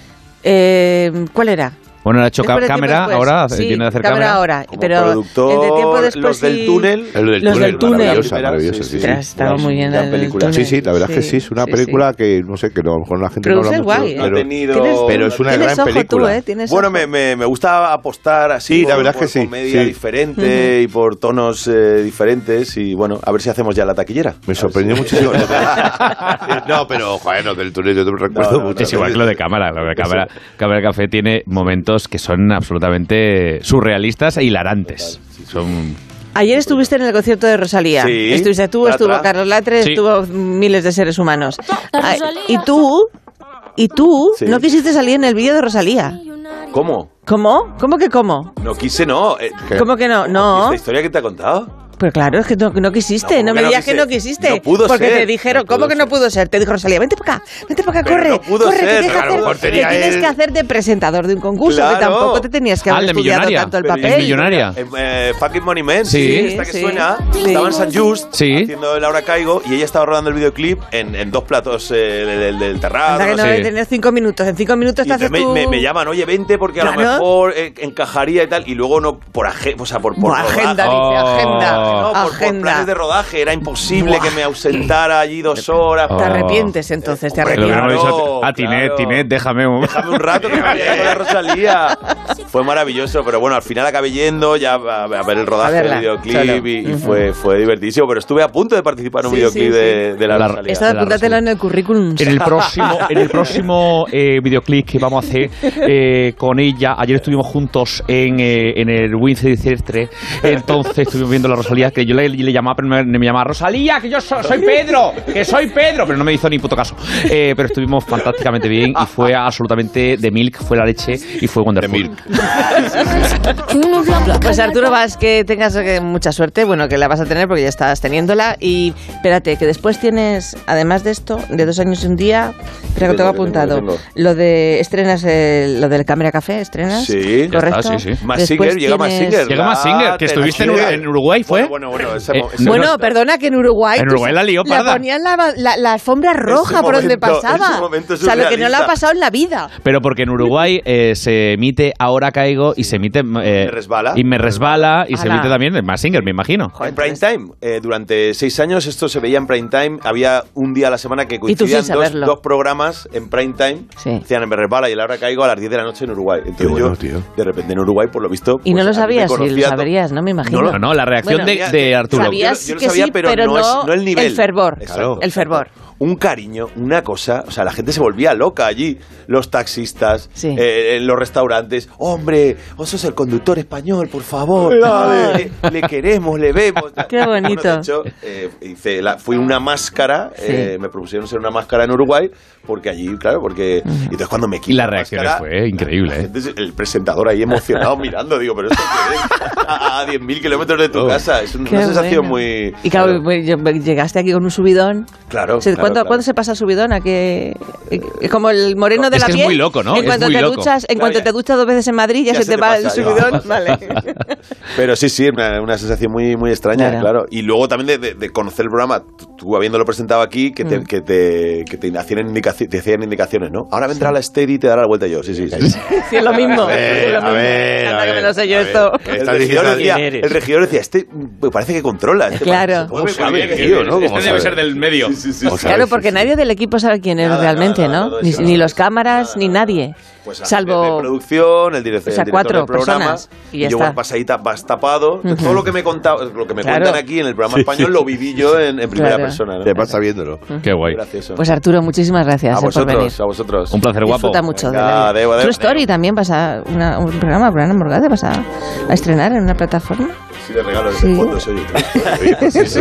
A: Eh, ¿Cuál era?
L: Bueno, ha hecho
A: Después
L: ca-
A: de Tiempo
L: cámara
A: Después.
L: ahora,
C: eh,
A: Sí,
L: viene de hacer
A: cámara
L: cámara.
A: ahora,
K: Como
A: pero
K: productor,
A: el de Tiempo Después
K: Los del
A: y-
K: Túnel.
C: El del
A: Los
C: túnel,
A: del túnel.
C: maravillosa, maravillosa, sí, sí.
A: Ostras, estaba muy bien
C: Gran
A: el del
C: película. Sí,
A: túnel.
C: sí, la verdad es que sí, es una
A: Sí, sí.
C: película que no sé, que no, con la gente no habla
A: Produce
C: mucho,
A: guay, ¿eh?
C: pero,
A: Ha tenido- Tienes-
C: pero es una
A: tienes
C: gran
A: ojo tú,
C: película.
A: ¿eh? Tienes
K: Bueno, me, me, me gusta apostar así
C: Sí, la
K: por,
C: verdad es
K: por
C: que sí,
K: comedia
C: sí.
K: diferente y por tonos eh, diferentes y bueno, a ver si hacemos ya la taquillera.
C: Me sorprendió muchísimo. no, pero joder, los del túnel yo te recuerdo mucho.
L: es igual que lo de cámara. Lo de cámara, cámara Café tiene momentos que son absolutamente surrealistas e hilarantes. Son
A: Ayer estuviste en el concierto de Rosalía.
L: Sí.
A: Estuviste tú,
L: Latra.
A: estuvo Carlos Latre,
L: Sí.
A: estuvo miles de seres humanos. Ah, Y tú, y tú
K: Sí.
A: no quisiste salir en el vídeo de Rosalía.
K: ¿Cómo?
A: ¿Cómo? ¿Cómo que cómo?
K: No quise, no. eh,
A: ¿Cómo que no? No.
K: ¿Esta historia que te ha contado?
A: Pero claro, es que no, no quisiste, no,
K: No,
A: me
K: no
A: digas que
K: quise.
A: no quisiste.
K: No pudo
A: porque
K: ser.
A: te dijeron,
K: No
A: ¿cómo
K: pudo
A: que no pudo ser? Te dijo Rosalía, vente para acá, vente para acá,
K: Pero
A: corre.
K: no pudo
A: corre, que
K: ser,
A: tienes,
K: claro, a lo
A: que,
K: mejor
A: hacer, que
K: tenía
A: tienes
K: él-
A: que hacer de presentador de un concurso, que
K: Claro.
A: tampoco te tenías que
K: Ah,
A: haber
K: el de
A: estudiado
K: Millonaria.
A: tanto el
K: Pero
A: papel.
K: es millonaria. Eh, eh, Fucking Money Man,
L: Sí.
K: esta que
A: Sí.
K: suena,
A: Sí.
K: estaba en San Just
L: Sí.
K: haciendo Laura Caigo y ella estaba rodando el videoclip en, en dos platos eh, del, del- del terrado.
A: Anda que
K: no
A: no
K: sé.
A: debe tener cinco minutos, en cinco minutos te
K: Y
A: haces
K: me,
A: tú...
K: me- me llaman, oye, vente porque a lo
A: Claro.
K: mejor eh, encajaría y tal. Y luego no, por, aje- o sea, por, por
A: Buah,
K: rodaje.
A: agenda,
L: Oh.
A: dice, agenda,
K: No, por- por,
A: agenda.
K: planes de rodaje. Era imposible
A: Buah.
K: que me ausentara allí dos horas.
A: Te arrepientes entonces, te
L: Pero
A: arrepientes.
L: hubiéramos dicho, ah, Tinet, Tinet, déjame un...
K: un rato que me había ido la Rosalía. Fue maravilloso, pero bueno, al final acabé yendo ya a, a ver el rodaje
A: A verla,
K: del videoclip
A: solo.
K: y, y
A: Ujú.
K: fue, fue divertidísimo. Pero estuve a punto de participar en un
A: Sí,
K: videoclip
A: sí, sí.
K: De, de la,
L: La-
K: Rosalía.
A: Esta apúntatela en el currículum.
L: En el próximo, en el próximo eh, videoclip que vamos a hacer eh, con ella, ayer estuvimos juntos en, eh, en el Winchester 3, entonces estuvimos viendo a la Rosalía, que yo le, le llamaba, pero me, me llamaba Rosalía, que yo so- soy Pedro, que soy Pedro, pero no me hizo ni puto caso. Eh, pero estuvimos fantásticamente bien y fue absolutamente de milk, fue la leche y fue wonderful.
A: Pues Arturo Vas, que tengas eh, mucha suerte, bueno, que la vas a tener porque ya estás teniéndola. Y espérate, que después tienes, además de esto, de dos años y un día, espera que tengo
K: Lo tengo, lo
A: apuntado,
K: tengo.
A: lo de estrenas, eh, lo del Cámara Café, estrenas.
K: Sí, ya
A: correcto.
K: está, sí, sí. Mask
A: Después
K: Singer, llega Mask
A: tienes-
K: Singer.
L: Llega más Singer, que
K: Ah,
L: estuviste en,
K: Taylor
L: Ur-
K: Swift.
L: en Uruguay, ¿fue.
K: Bueno, bueno, ese mo-
L: Eh,
K: ese
A: Bueno,
K: momento-
A: perdona, que en Uruguay.
L: En
A: tú-
L: Uruguay la lió, parda.
A: ponían la, la- la alfombra roja por donde
K: momento,
A: pasaba.
K: ese momento
A: o sea, lo que no le ha
K: surrealista.
A: pasado en la vida.
L: Pero porque en Uruguay eh, se emite Ahora Caigo y se emite... eh,
K: resbala.
L: Y me resbala y se
A: Ala.
L: emite también el Más Singer, me imagino.
K: En prime time. Eh, durante seis años esto se veía en prime time. Había un día a la semana que
A: sin
K: coincidían dos,
A: saberlo.
K: dos programas en prime time. Hacían en Berrebala y a la hora caigo a las 10 de la noche en Uruguay. Entonces yo, de repente en Uruguay, por lo visto.
A: Y no
K: pues,
A: lo
K: a mí me
A: sabías, y lo
K: conocía to-
A: sabrías, no me imagino.
L: No, no, no, la reacción de- de Arturo.
A: Sabías
K: Yo lo- yo lo
A: que
K: sabía,
A: sí,
K: pero
A: pero,
K: no
A: no,
K: es- no el nivel.
A: fervor.
K: Claro.
A: El fervor.
K: un cariño, una cosa, o sea, la gente se volvía loca allí, los taxistas, eh, en los restaurantes, hombre, vos sos el conductor español, por favor,
C: Dale.
K: Le, le queremos, le vemos.
A: Qué bonito.
K: Bueno, de hecho, eh, hice la- fui una máscara,
A: Sí.
K: eh, me propusieron ser una máscara en Uruguay, porque allí, claro, porque... Y entonces cuando me quité
L: Y las
K: la
L: reacciones
K: máscara,
L: fue increíble, ¿eh? Oh.
K: entonces, el presentador ahí emocionado mirando, digo, pero esto qué es? a, a 10.000 kilómetros de tu casa, verdad. Es un-
A: Qué
K: una
A: bueno.
K: sensación muy.
A: Y claro, pues, yo- llegaste aquí con un subidón.
K: Claro,
A: Se-
K: claro,
A: ¿cuándo,
K: claro.
A: cuándo se pasa el subidón? ¿A que es como el moreno de
K: Es
A: la
K: que es
A: piel.
K: muy loco, ¿no?
A: En
K: Es
A: cuanto
K: muy
A: te
K: loco.
A: duchas, en
K: Claro,
A: cuanto te duchas dos veces en Madrid ya, se, te, va
K: pasa,
A: el
K: ya
A: subidón.
K: pasa.
A: Vale.
K: Pero sí, sí, una, una sensación muy, muy extraña,
A: Claro.
K: claro. Y luego también de, de- de conocer el programa, tú- tú habiéndolo presentado aquí, que te,
A: Mm.
K: que te, que te hacían, indicaci- te hacían indicaciones, ¿no? Ahora vendrá la Esteri y te dará la vuelta yo. Sí, sí, sí.
A: Sí, es lo mismo.
K: A ver, a ver, a
A: Anda que me
K: ver,
A: lo sé yo
K: a ver.
A: esto.
K: El regidor, decía, el regidor decía, este pues, parece que controla. Este
A: Claro. Pues
K: parece- se
E: Muy
K: mueve
E: bien,
K: bien, tío, ¿no?
E: este
K: Como
E: debe
K: sabe.
E: ser del medio.
K: Vamos a ver.
A: Claro, porque nadie del equipo sabe quién eres realmente, ¿no? ni, ni los cámaras, ni nadie. eh,
K: Pues, de
A: salvo...
K: producción, el director,
A: O sea,
K: el director
A: cuatro
K: del programa,
A: personas, y ya
K: yo
A: está.
K: voy pasadita vas tapado.
A: Ujú.
K: Todo lo que me contaba, lo que me
A: Claro.
K: cuentan aquí en el programa
M: Sí,
K: español
M: sí.
K: lo viví yo en, en primera
A: Claro.
K: persona.
M: Te pasa viéndolo.
E: Qué guay.
K: Gracioso.
A: Pues Arturo, muchísimas gracias
K: a
A: eh, por venir.
K: vosotros, a vosotros.
E: Un placer, guapo.
A: Disfruta mucho de la
K: Venga,
A: vida.
K: adeu, adeu,
A: True Story también vas a una- un programa, Brian Morgade, vas a, a estrenar en una plataforma.
K: Sí, de regalo, de
A: Sí.
K: fondo, soy
E: Sí, sí.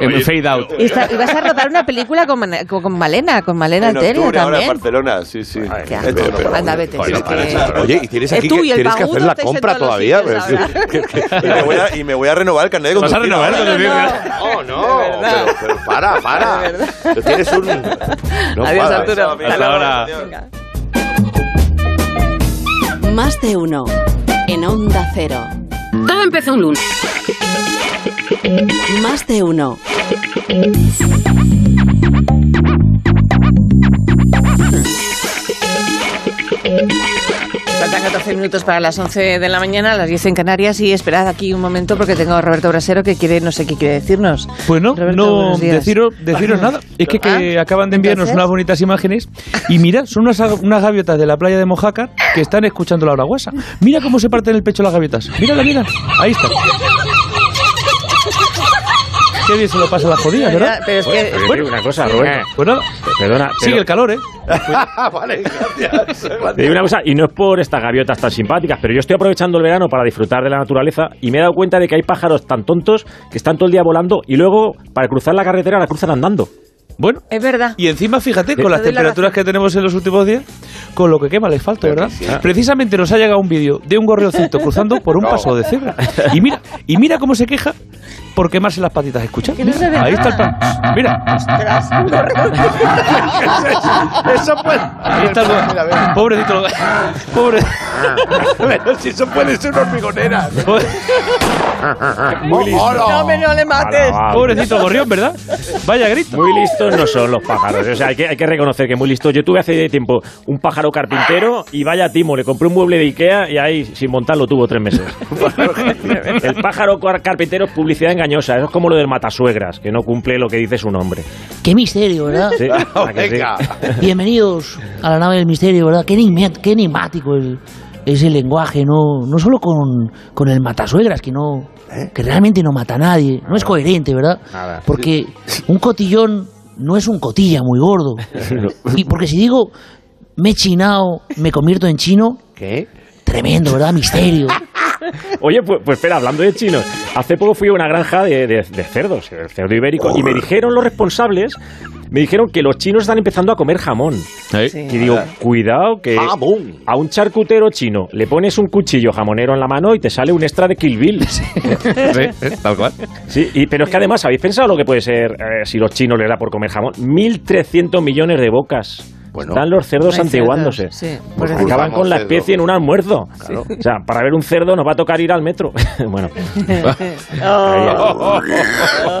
E: En fade out.
K: Pues
A: Y, está- y vas a rodar una película con, Mane- con, con Malena, con Malena
K: En
A: Alterio
K: octubre, ahora en
A: también.
K: Barcelona, sí, sí.
A: qué
K: Esto
A: asco.
K: no, pero-
A: Anda, vete. si
K: Oye,
A: es que-
M: Oye, y tienes
A: Eh,
M: aquí
A: tú
M: que,
A: y el
M: tienes que
A: bagudo
M: hacer la
A: estáis en
M: compra
A: todos los
M: todavía.
A: sitios
M: pues,
A: ahora.
K: y, me voy a, y me voy a renovar el carnet de
E: Vas a
K: conducir.
E: renovar el
K: ahora.
E: carnet de conducir.
M: No, no. Pero, pero para, para. Tienes un. No,
N: Adiós,
M: para.
N: Arturo.
E: Hasta ahora.
N: Más de uno. En Onda Cero. Todo empezó un lunes. Más de uno.
A: Faltan 14 minutos para las 11 de la mañana, a las 10 en Canarias y esperad aquí un momento porque tengo a Roberto Brasero que quiere, no sé qué quiere decirnos.
L: Bueno,
A: Roberto,
L: no
A: buenos días. Ah,
L: deciros, deciros nada. Es que, que acaban de enviarnos
A: entonces.
L: unas bonitas imágenes. Y mira, son unas, unas gaviotas de la playa de Mojácar que están escuchando la hora guasa. Mira cómo se parten el pecho las gaviotas. Mírala, mira. Ahí está. Qué bien se lo pasa a las jodidas, Pues ¿verdad?
A: Pero es que- eh.
G: Oye, pero yo digo una cosa, Roberto.
L: Pues nada.
G: Perdona.
L: Sigue el calor, ¿eh?
M: vale, gracias.
G: Te digo una cosa, y no es por estas gaviotas tan simpáticas, pero yo estoy aprovechando el verano para disfrutar de la naturaleza y me he dado cuenta de que hay pájaros tan tontos que están todo el día volando y luego para cruzar la carretera la cruzan andando.
L: Bueno.
A: Es verdad.
L: Y encima, fíjate,
G: Te
L: con las
G: doy la
L: temperaturas que tenemos en los últimos días, con lo que quema el asfalto, ¿verdad?
G: Ah.
L: Precisamente nos ha llegado un vídeo de un gorriocito cruzando por un
G: No.
L: paso de cebra. Y mira, y mira cómo se queja por quemarse las patitas. Escucha,
M: Que no
L: mira,
M: se ve
L: ahí está el
M: nada.
L: pan. Mira,
M: Eso puede.
L: ahí está el gorro. Pobrecito. lo- Pobre.
G: Ah.
M: Pero si eso puede ser hormigonera.
G: Ah, Muy listo.
A: No, me no le mates.
L: Pobrecito gorrión, ¿verdad? Vaya grito.
G: Muy listos no son los pájaros. O sea, hay que, hay que reconocer que muy listos. Yo tuve hace tiempo un pájaro carpintero y vaya timo, le compré un mueble de Ikea y ahí sin montar lo tuvo tres meses. El pájaro car- carpintero es publicidad engañosa. Eso es como lo del matasuegras, que no cumple lo que dice su nombre.
F: Qué misterio, ¿verdad?
G: Sí, ¿a que sí?
F: Bienvenidos a la nave del misterio, ¿verdad? Qué, enigma- qué enigmático el- es el lenguaje, no, no solo con, con el matasuegras, que no que realmente no mata a nadie, no es coherente, ¿verdad? Porque un cotillón no es un cotilla muy gordo. Y porque si digo me he chinado, me convierto en chino,
G: ¿Qué?
F: tremendo, ¿verdad? Misterio.
G: Oye, pues, pues espera, hablando de chinos, hace poco fui a una granja de, de- de cerdos, el cerdo ibérico, y me dijeron los responsables, me dijeron que los chinos están empezando a comer jamón. Y digo, cuidado que a un charcutero chino le pones un cuchillo jamonero en la mano y te sale un extra de Kill Bill.
E: tal cual.
G: Sí, y- pero es que además, ¿habéis pensado lo que puede ser eh, si los chinos le da por comer jamón? 1.300 millones de bocas. Están los cerdos
A: Hay cerdos,
G: antiguándose.
A: sí. Pues
G: Pues acaban
A: vamos,
G: con la
A: cerdo.
G: especie en un almuerzo. O sea, para ver un cerdo nos va a tocar ir al metro. bueno.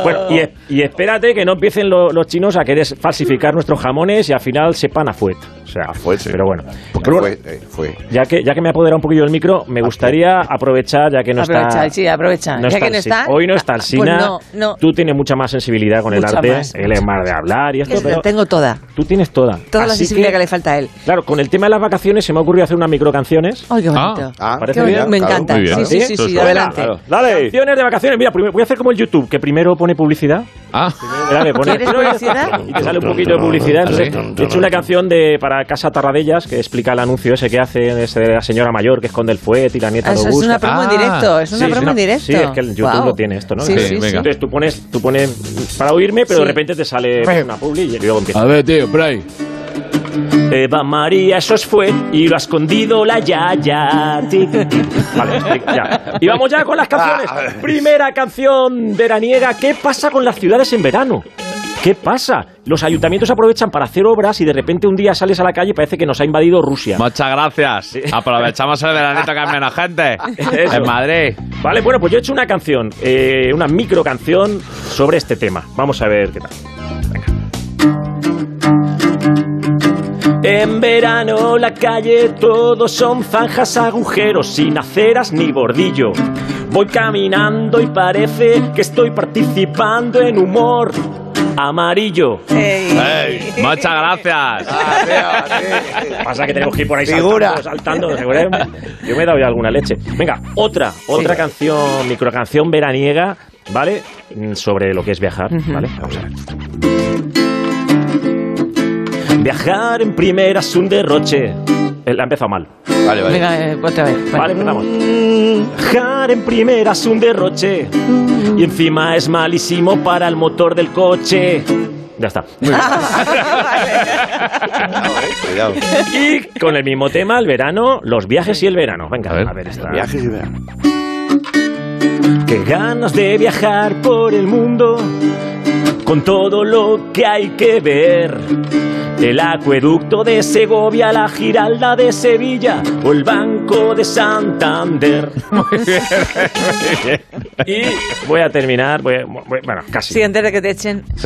G: Bueno, y, es- y espérate que no empiecen lo- los chinos a querer falsificar nuestros jamones y al final sepan a fuet. O sea, pero bueno. Pero bueno,
M: Fue.
G: ya que, ya que me ha apoderado un poquillo el micro, me gustaría aprovechar, ya que no
A: Oh, Aprovecha,
G: está...
A: sí, aprovecha.
G: No
A: ya
G: está
A: que no
G: el Sina.
A: está.
G: Hoy no está el
A: Pues
G: Sina.
A: no, no.
G: Tú tienes mucha más sensibilidad con el
A: Mucha
G: arte.
A: más,
G: él es más de hablar y esto.
A: Es la tengo toda.
G: Tú tienes toda.
A: Toda la
G: Así
A: sensibilidad que
G: que,
A: le falta a él.
G: Claro, con el tema de las vacaciones se me ha ocurrido hacer unas microcanciones.
A: Ay, qué bonito. Ah,
G: ¿Parece
A: qué
G: bien?
A: bonito, me encanta. Sí, sí, sí, sí,
G: Venga,
A: adelante.
G: claro. Dale. Canciones de vacaciones. Mira, primero- voy a hacer como el YouTube, que primero pone publicidad.
E: Ah.
G: Dale, pone
A: ¿Quieres publicidad?
G: y te sale un poquito de publicidad. Entonces, he hecho una canción de para Casa Tarradellas que explica el anuncio ese que hace ese de la señora mayor que esconde el fuet y la nieta
A: Ah,
G: lo
A: eso es
G: busca.
A: una promo en Ah. directo, es una
G: Sí,
A: promo en directo.
G: Sí, es que el YouTube
A: Guau.
G: lo tiene esto, ¿no?
A: Sí,
G: Que-
A: sí, sí.
G: Entonces tú pones, tú pones para oírme, pero de repente te sale
O: Venga.
G: una publi y luego empieza.
O: A ver, tío, por ahí.
G: Eva María, eso es fue y lo ha escondido la Yaya. Tic, tic. Vale, tic, ya. Y vamos ya con las canciones. Primera canción veraniega. ¿Qué pasa con las ciudades en verano? ¿Qué pasa? Los ayuntamientos aprovechan para hacer obras y de repente un día sales a la calle y parece que nos ha invadido Rusia.
L: Muchas gracias. Aprovechamos el veranito que hay menos gente.
G: Eso.
L: En Madrid.
G: Vale, bueno, pues yo he hecho una canción, eh, una micro canción sobre este tema. Vamos a ver qué tal. En verano la calle todos son zanjas, agujeros, sin aceras ni bordillo. Voy caminando y parece que estoy participando en humor amarillo.
L: Ey, muchas gracias.
G: Pasa que tenemos que ir por ahí
L: Figura.
G: saltando, saltando. seguro. Yo me he dado ya alguna leche. Venga, otra, otra canción, microcanción veraniega, ¿vale? Mm, Sobre lo que es viajar, ¿vale? Vamos a ver. Viajar en primera es un derroche. Eh, La ha empezado mal. Vale,
A: Venga, eh, otra vez.
G: Vale, empezamos. Viajar en primera es un derroche. Y encima es malísimo para el motor del coche. Ya está. Y con el mismo tema, el verano, los viajes y el verano. Venga, a ver, esta. Viajes y verano. Qué ganas de viajar por el mundo con todo lo que hay que ver. El acueducto de Segovia, la Giralda de Sevilla o el Banco de Santander. Y voy a terminar, voy a- voy- bueno, casi.
A: Sí, antes de que te echen.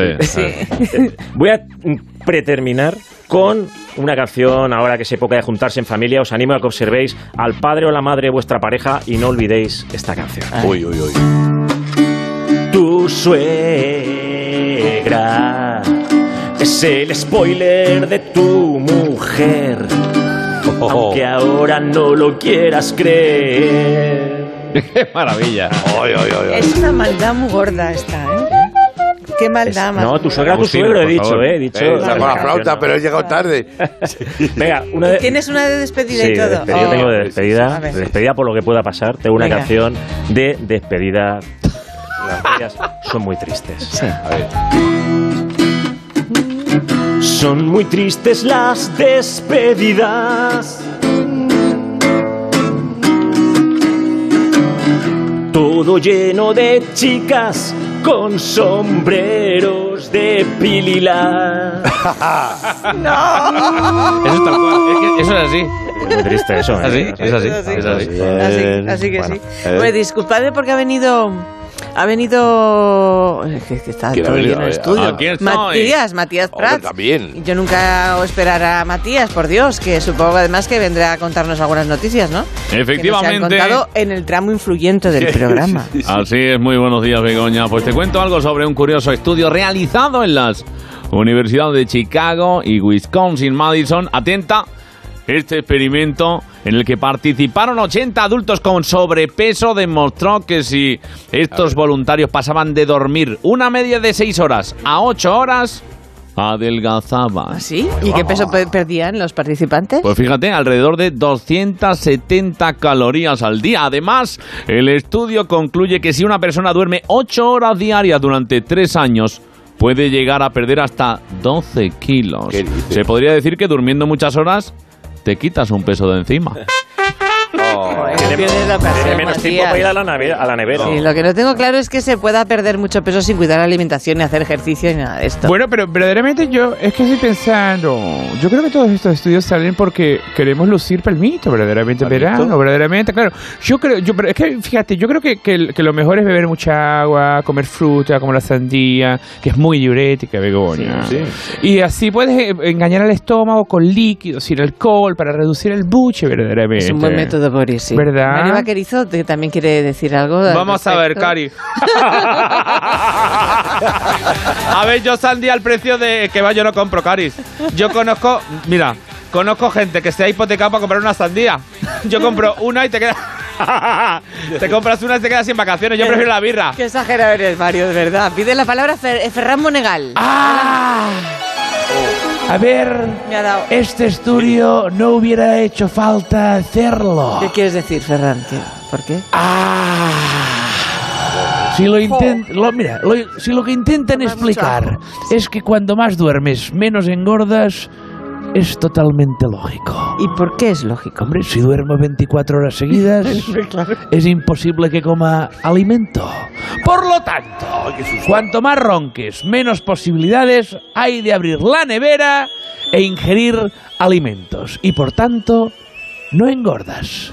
G: Voy a mm, preterminar con una canción ahora que es época de juntarse en familia. Os animo a que observéis al padre o la madre de vuestra pareja y no olvidéis esta canción.
K: Uy, uy, uy.
G: Tu suegra es el spoiler de tu mujer.
K: Oh.
G: Aunque ahora no lo quieras creer.
L: ¡Qué maravilla!
A: Es una maldad muy gorda esta, ¿eh? Qué maldad, más
G: No, tu
A: gorda.
G: suegra, tu
L: Agustín,
G: suegro, he
L: por
G: dicho,
L: favor.
G: eh, he dicho.
L: Eh, está con la flauta,
G: pero he llegado tarde. Venga, una de,
A: Tienes una de despedida
G: Sí,
A: y todo. Oh.
G: despedida. Yo tengo de
A: A
G: despedida,
A: ver.
G: de despedida por lo que pueda pasar. Tengo una
A: Venga.
G: canción de despedida. Las despedidas son muy tristes. Son muy tristes las despedidas. Todo lleno de chicas con sombreros de pililar.
L: Eso es tal cual. Es que eso es así.
G: Muy triste eso.
L: ¿eh? Es así,
G: Así,
L: es así.
A: Así, así que sí.
G: eh.
A: Bueno, disculpadme porque ha venido. Ha venido. Es que, que Este está
E: ¿Quién ha
A: todo lleno de
E: venido? A ver,
A: estudio.
C: ah,
E: aquí estoy.
A: Matías, Matías
E: Hombre,
A: Prats.
E: también.
A: Yo nunca esperara a Matías, por Dios, que supongo además que vendrá a contarnos algunas noticias, ¿no? Que nos
L: Efectivamente.
A: han contado en el tramo influyente del programa.
L: Así es, muy buenos días, Begoña. Pues te cuento algo sobre un curioso estudio realizado en las universidades de Chicago y Wisconsin Madison. Atenta, este experimento en el que participaron 80 adultos con sobrepeso demostró que si estos voluntarios pasaban de dormir una media de 6 horas a 8 horas, adelgazaban.
A: ¿Ah, ¿Sí? ¿Y qué peso pe- perdían los
G: ¿eh?
A: participantes?
L: Pues fíjate, alrededor de 270 calorías al día. Además, el estudio concluye que si una persona duerme 8 horas diarias durante 3 años, puede llegar a perder hasta 12 kilos. Se podría decir que durmiendo muchas horas, te quitas un peso de encima.
A: Pierdes la ocasión,
G: Oh, Tiene menos tiempo
A: Matías.
G: para ir a la nevera. A la nevera.
A: Sí, lo que no tengo claro es que se pueda perder mucho peso sin cuidar la alimentación ni hacer ejercicio ni nada de
L: Pues
A: esto.
M: Bueno, pero verdaderamente yo es que estoy pensando, yo creo que todos estos estudios salen porque queremos lucir palmito, verdaderamente verano, verdaderamente, claro. Yo creo, yo, pero es que fíjate, yo creo que, que- que lo mejor es beber mucha agua, comer fruta como la sandía, que es muy diurética, Begoña.
B: Sí,
M: Y así puedes eh, engañar al estómago con líquidos, sin alcohol, para reducir el buche, verdaderamente.
A: Es un buen método, Boris, sí.
M: ¿Verdad?
A: María Vaquerizo te- también quiere decir algo. al
M: Vamos a ver,
A: respecto.
M: Cari.
P: A ver, yo sandía al precio de que va, yo no compro, Caris. Yo conozco, mira, conozco gente que se ha hipotecado para comprar una sandía. Yo compro una y te queda. te compras una y te quedas sin vacaciones. Yo prefiero la birra.
A: Qué exagerado eres, Mario, de verdad. Pide la palabra Fer- eh, Ferran Monegal.
M: ¡Ah! A ver, este estudio no hubiera hecho falta hacerlo.
A: ¿Qué quieres decir, Ferran? ¿Qué- ¿Por qué?
M: Ah. Si lo intent- lo- mira, lo- si lo que intentan explicar es que cuando más duermes, menos engordas, es totalmente lógico.
A: ¿Y por qué es lógico?
M: Hombre, si duermo 24 horas seguidas, es imposible que coma alimento. Por lo tanto, cuanto más ronques, menos posibilidades hay de abrir la nevera e ingerir alimentos. Y por tanto, no engordas.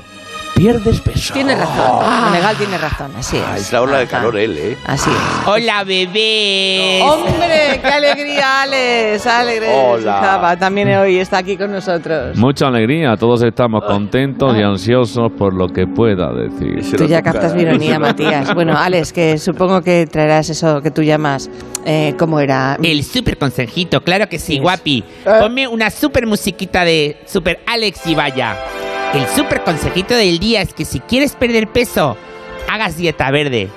M: Pierdes peso.
A: Tiene razón. Legal tiene razón, así
C: Ah,
A: es. Ah,
K: Es la ola de calor él, ¿eh?
A: Así es.
M: Hola, bebé.
A: ¡Hombre, qué alegría, Alex! Alegre.
L: Hola.
A: Java también hoy está aquí con nosotros.
L: Mucha alegría, todos estamos
A: Oh.
L: contentos y ansiosos por lo que pueda decir.
A: Ah. Tú ya captas
C: ¿eh?
A: mi ironía, Matías. Bueno, Alex, que supongo que traerás eso que tú llamas, eh, ¿cómo era?
M: El super consejito, claro que sí, guapi. Ponme una super musiquita de Super Alex y vaya. El super consejito del día es que si quieres perder peso, hagas dieta verde.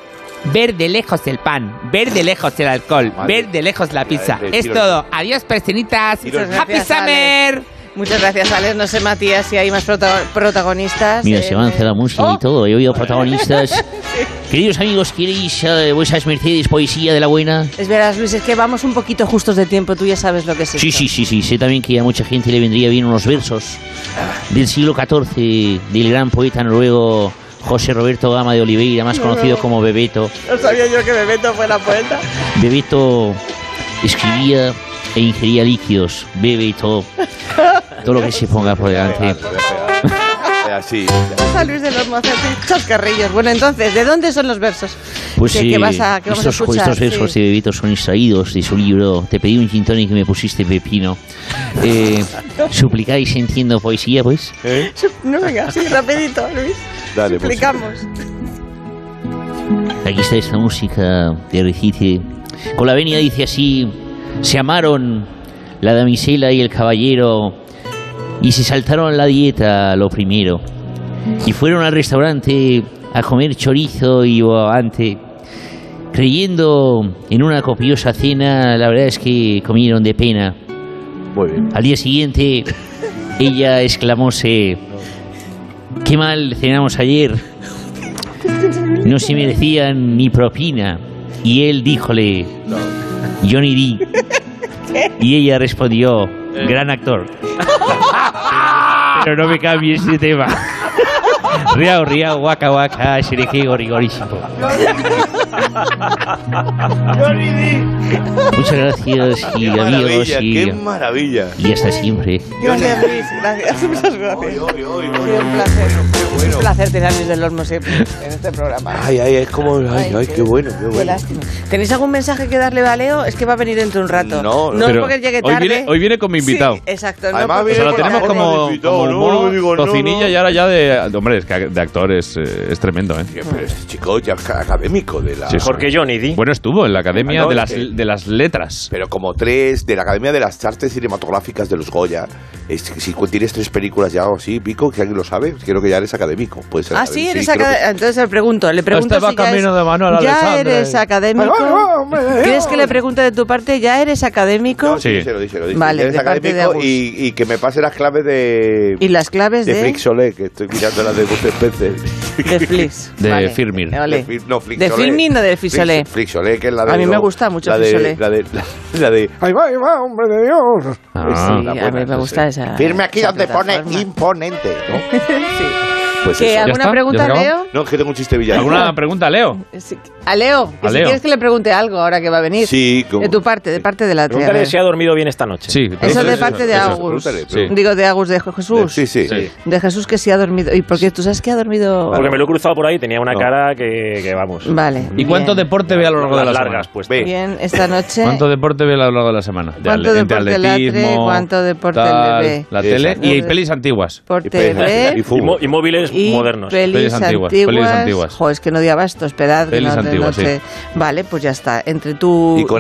M: Verde lejos el pan, verde lejos el alcohol, verde lejos la pizza.
A: Madre,
M: Es
A: tiro-
M: todo. Adiós, personitas.
A: Muchas
M: Happy
A: gracias,
M: summer.
A: Alex. Muchas gracias, Alex. No sé, Matías, si hay más prota- protagonistas.
F: Mira,
A: Eh,
F: se avanza la música
M: Oh.
F: y todo. He oído protagonistas. Queridos amigos, ¿queréis eh, vuestras Mercedes poesía de la buena?
A: Es verdad, Luis, es que vamos un poquito justos de tiempo. Tú ya sabes lo que es
F: Sí,
A: esto.
F: sí, sí, sí. Sé también que a mucha gente le vendría bien unos versos del siglo XIV del gran poeta noruego José Roberto Gama de Oliveira, más conocido como Bebeto.
A: No sabía yo que Bebeto fue la poeta.
F: Bebeto escribía e ingería líquidos. Bebeto, todo lo que se ponga por delante.
A: Ah,
C: Eh,
K: Así.
A: Pasa, Luis de los Mozart, chascarrillos. Bueno, entonces, ¿de dónde son los versos?
F: Pues
A: ¿Qué,
F: sí,
A: qué vas a, qué vamos a
F: estos,
A: escuchar?
F: estos versos
A: Sí.
F: de Bebito son extraídos de su libro Te pedí un gin tonic y me pusiste pepino. Eh, ¿Suplicáis entiendo poesía, pues?
A: ¿Eh? No, venga, sí, rapidito, Luis.
F: Dale, pues,
A: pues, Explicamos.
F: Aquí está esta música de Recife. Con la venia dice así: Se amaron la damisela y el caballero y se saltaron la dieta lo primero. Y fueron al restaurante a comer chorizo y bogavante. Creyendo en una copiosa cena, la verdad es que comieron de pena. Al día siguiente, ella exclamóse: Qué mal cenamos ayer no se merecían ni propina. Y él díjole, Johnny D. Y ella respondió,
K: Eh.
F: gran actor. Pero no me cambies de tema. Riao, riao, waka waka, shirikego, rigorísimo.
A: Ah,
F: Muchas gracias y
K: Qué
F: amigos
K: maravilla,
F: y,
K: qué maravilla.
F: y hasta siempre.
A: Gracias, Luis. Gracias, muchas gracias. Ha sido un placer. Un placer tener a Luis del Olmo siempre en este programa.
C: Ay, ay, es como. Ay, ay, qué bueno, qué
A: Qué
C: bueno.
A: lástima. ¿Tenéis algún mensaje que darle a Leo? Es que va a venir dentro de un rato.
C: No,
A: no
L: pero
A: porque llegue
L: hoy
A: tarde.
L: viene- hoy viene como invitado.
A: Sí, exacto. no
C: Además
A: porque-
L: O sea, lo tenemos
C: Ahora lo
L: como,
C: invitado,
L: como
C: ¿no?
L: humor,
C: No digo, no,
L: cocinilla
C: no.
L: y ahora ya de... Hombre, es que de actor es, eh, es tremendo, ¿eh?
C: Pero es chico ya ca- académico de la.
L: Sí, sí. Jorge
C: Johnny
L: Bueno, estuvo en la Academia
C: Ah, no,
L: de,
C: es
L: las,
C: que-
L: de las Letras.
C: Pero como tres, de la Academia de las Artes Cinematográficas de los Goya. Es, si cu- tienes tres películas ya o así, pico, que alguien lo sabe, creo que ya eres académico. Puede ser
A: Ah, sí,
C: académico.
A: eres
C: creo que-
A: académico. Entonces le pregunto, le pregunto
C: Este va
A: si ya
C: camino
A: es-
C: de Manuel
A: ya
C: Alessandro,
A: eres
C: eh.
A: académico.
C: Pero, bueno, hombre,
A: ¿Quieres que le pregunte de tu parte, ya eres académico?
C: No, sí, díselo, díselo, díselo.
A: Vale,
C: Eres
A: de parte de
C: académico
A: Agus.
C: y, y que me pase las claves de.
A: Y las claves
C: de.
A: de-
C: Flix Solé, que estoy mirando las de Gustavo Spencer.
A: De Flix.
L: De vale. Firmin.
A: Vale.
C: De Fir- no, Flix
A: ¿De
C: Solé.
A: Firmin o de
C: Flix-
A: Fisolé?
C: Flix Solé, que es la de.
A: A mí me
C: lo-
A: gusta mucho
C: la de-
A: Fisolé.
C: La de. La, la de.
E: Ahí va, ahí va, hombre de Dios.
L: Ah,
A: sí, a mí me gusta esa.
C: Firme aquí
A: esa
C: donde pone
A: plataforma.
C: imponente. ¿no? Pues
A: ¿Qué, alguna pregunta, Leo?
C: No, es que tengo un chiste villano.
L: ¿Alguna pregunta, Leo?
A: Sí. A Leo, que
L: A
A: si
L: Leo.
A: quieres que le pregunte algo ahora que va a venir.
C: Sí, como-
A: De tu parte, de parte de la tierra.
G: Pregúntale si ha dormido bien esta noche.
L: Sí,
A: Eso de parte de Agus. Digo, de Agus, de Jesús.
C: Sí, sí.
A: De Jesús que sí ha dormido. ¿Y por qué tú sabes que ha dormido?
G: Porque me lo he cruzado por ahí, tenía una
L: No.
G: cara que, que vamos.
A: Vale.
L: ¿Y cuánto deporte ve a lo largo de la
G: Las
L: semana?
G: largas, pues.
A: Bien, esta noche.
L: ¿Cuánto deporte ve a lo largo de la semana? De
A: ¿Cuánto
L: ale- entre
A: deporte le
L: atletismo,
A: atre? ¿Cuánto deporte
L: tal,
A: le ve?
L: La tele y,
A: Exacto.
L: pelis antiguas.
A: Por TV.
G: Y fútbol. Y mo- y móviles
A: y
G: modernos.
A: Pelis, antiguas.
L: Pelis antiguas.
A: Jo, es que no di abasto, esperad.
L: Pelis
A: que no,
L: antiguas,
A: no sé. Vale, pues ya está. Entre tú. tú-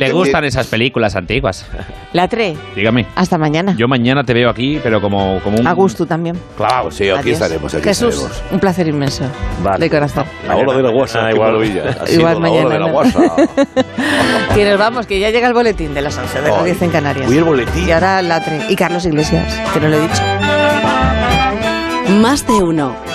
L: ¿Le gustan esas películas antiguas?
A: La 3.
L: Dígame.
A: Hasta mañana.
L: Yo mañana te veo aquí, pero como, como un...
A: A gusto también.
L: Claro,
C: sí,
A: Adiós. Jesús, un placer inmenso.
L: Vale.
A: De corazón.
C: Ahora de la guasa, qué
G: igual.
C: maravilla. Ha
G: Igual
C: sido la
A: mañana,
C: hora de la
A: ¿no?
C: guasa.
A: Que nos vamos, que ya llega el boletín de las 11 de las
C: Ay,
A: 10 en Canarias.
C: uy, el boletín.
A: Y ahora la 3. Y Carlos Iglesias, que no lo he dicho.
Q: Más de uno.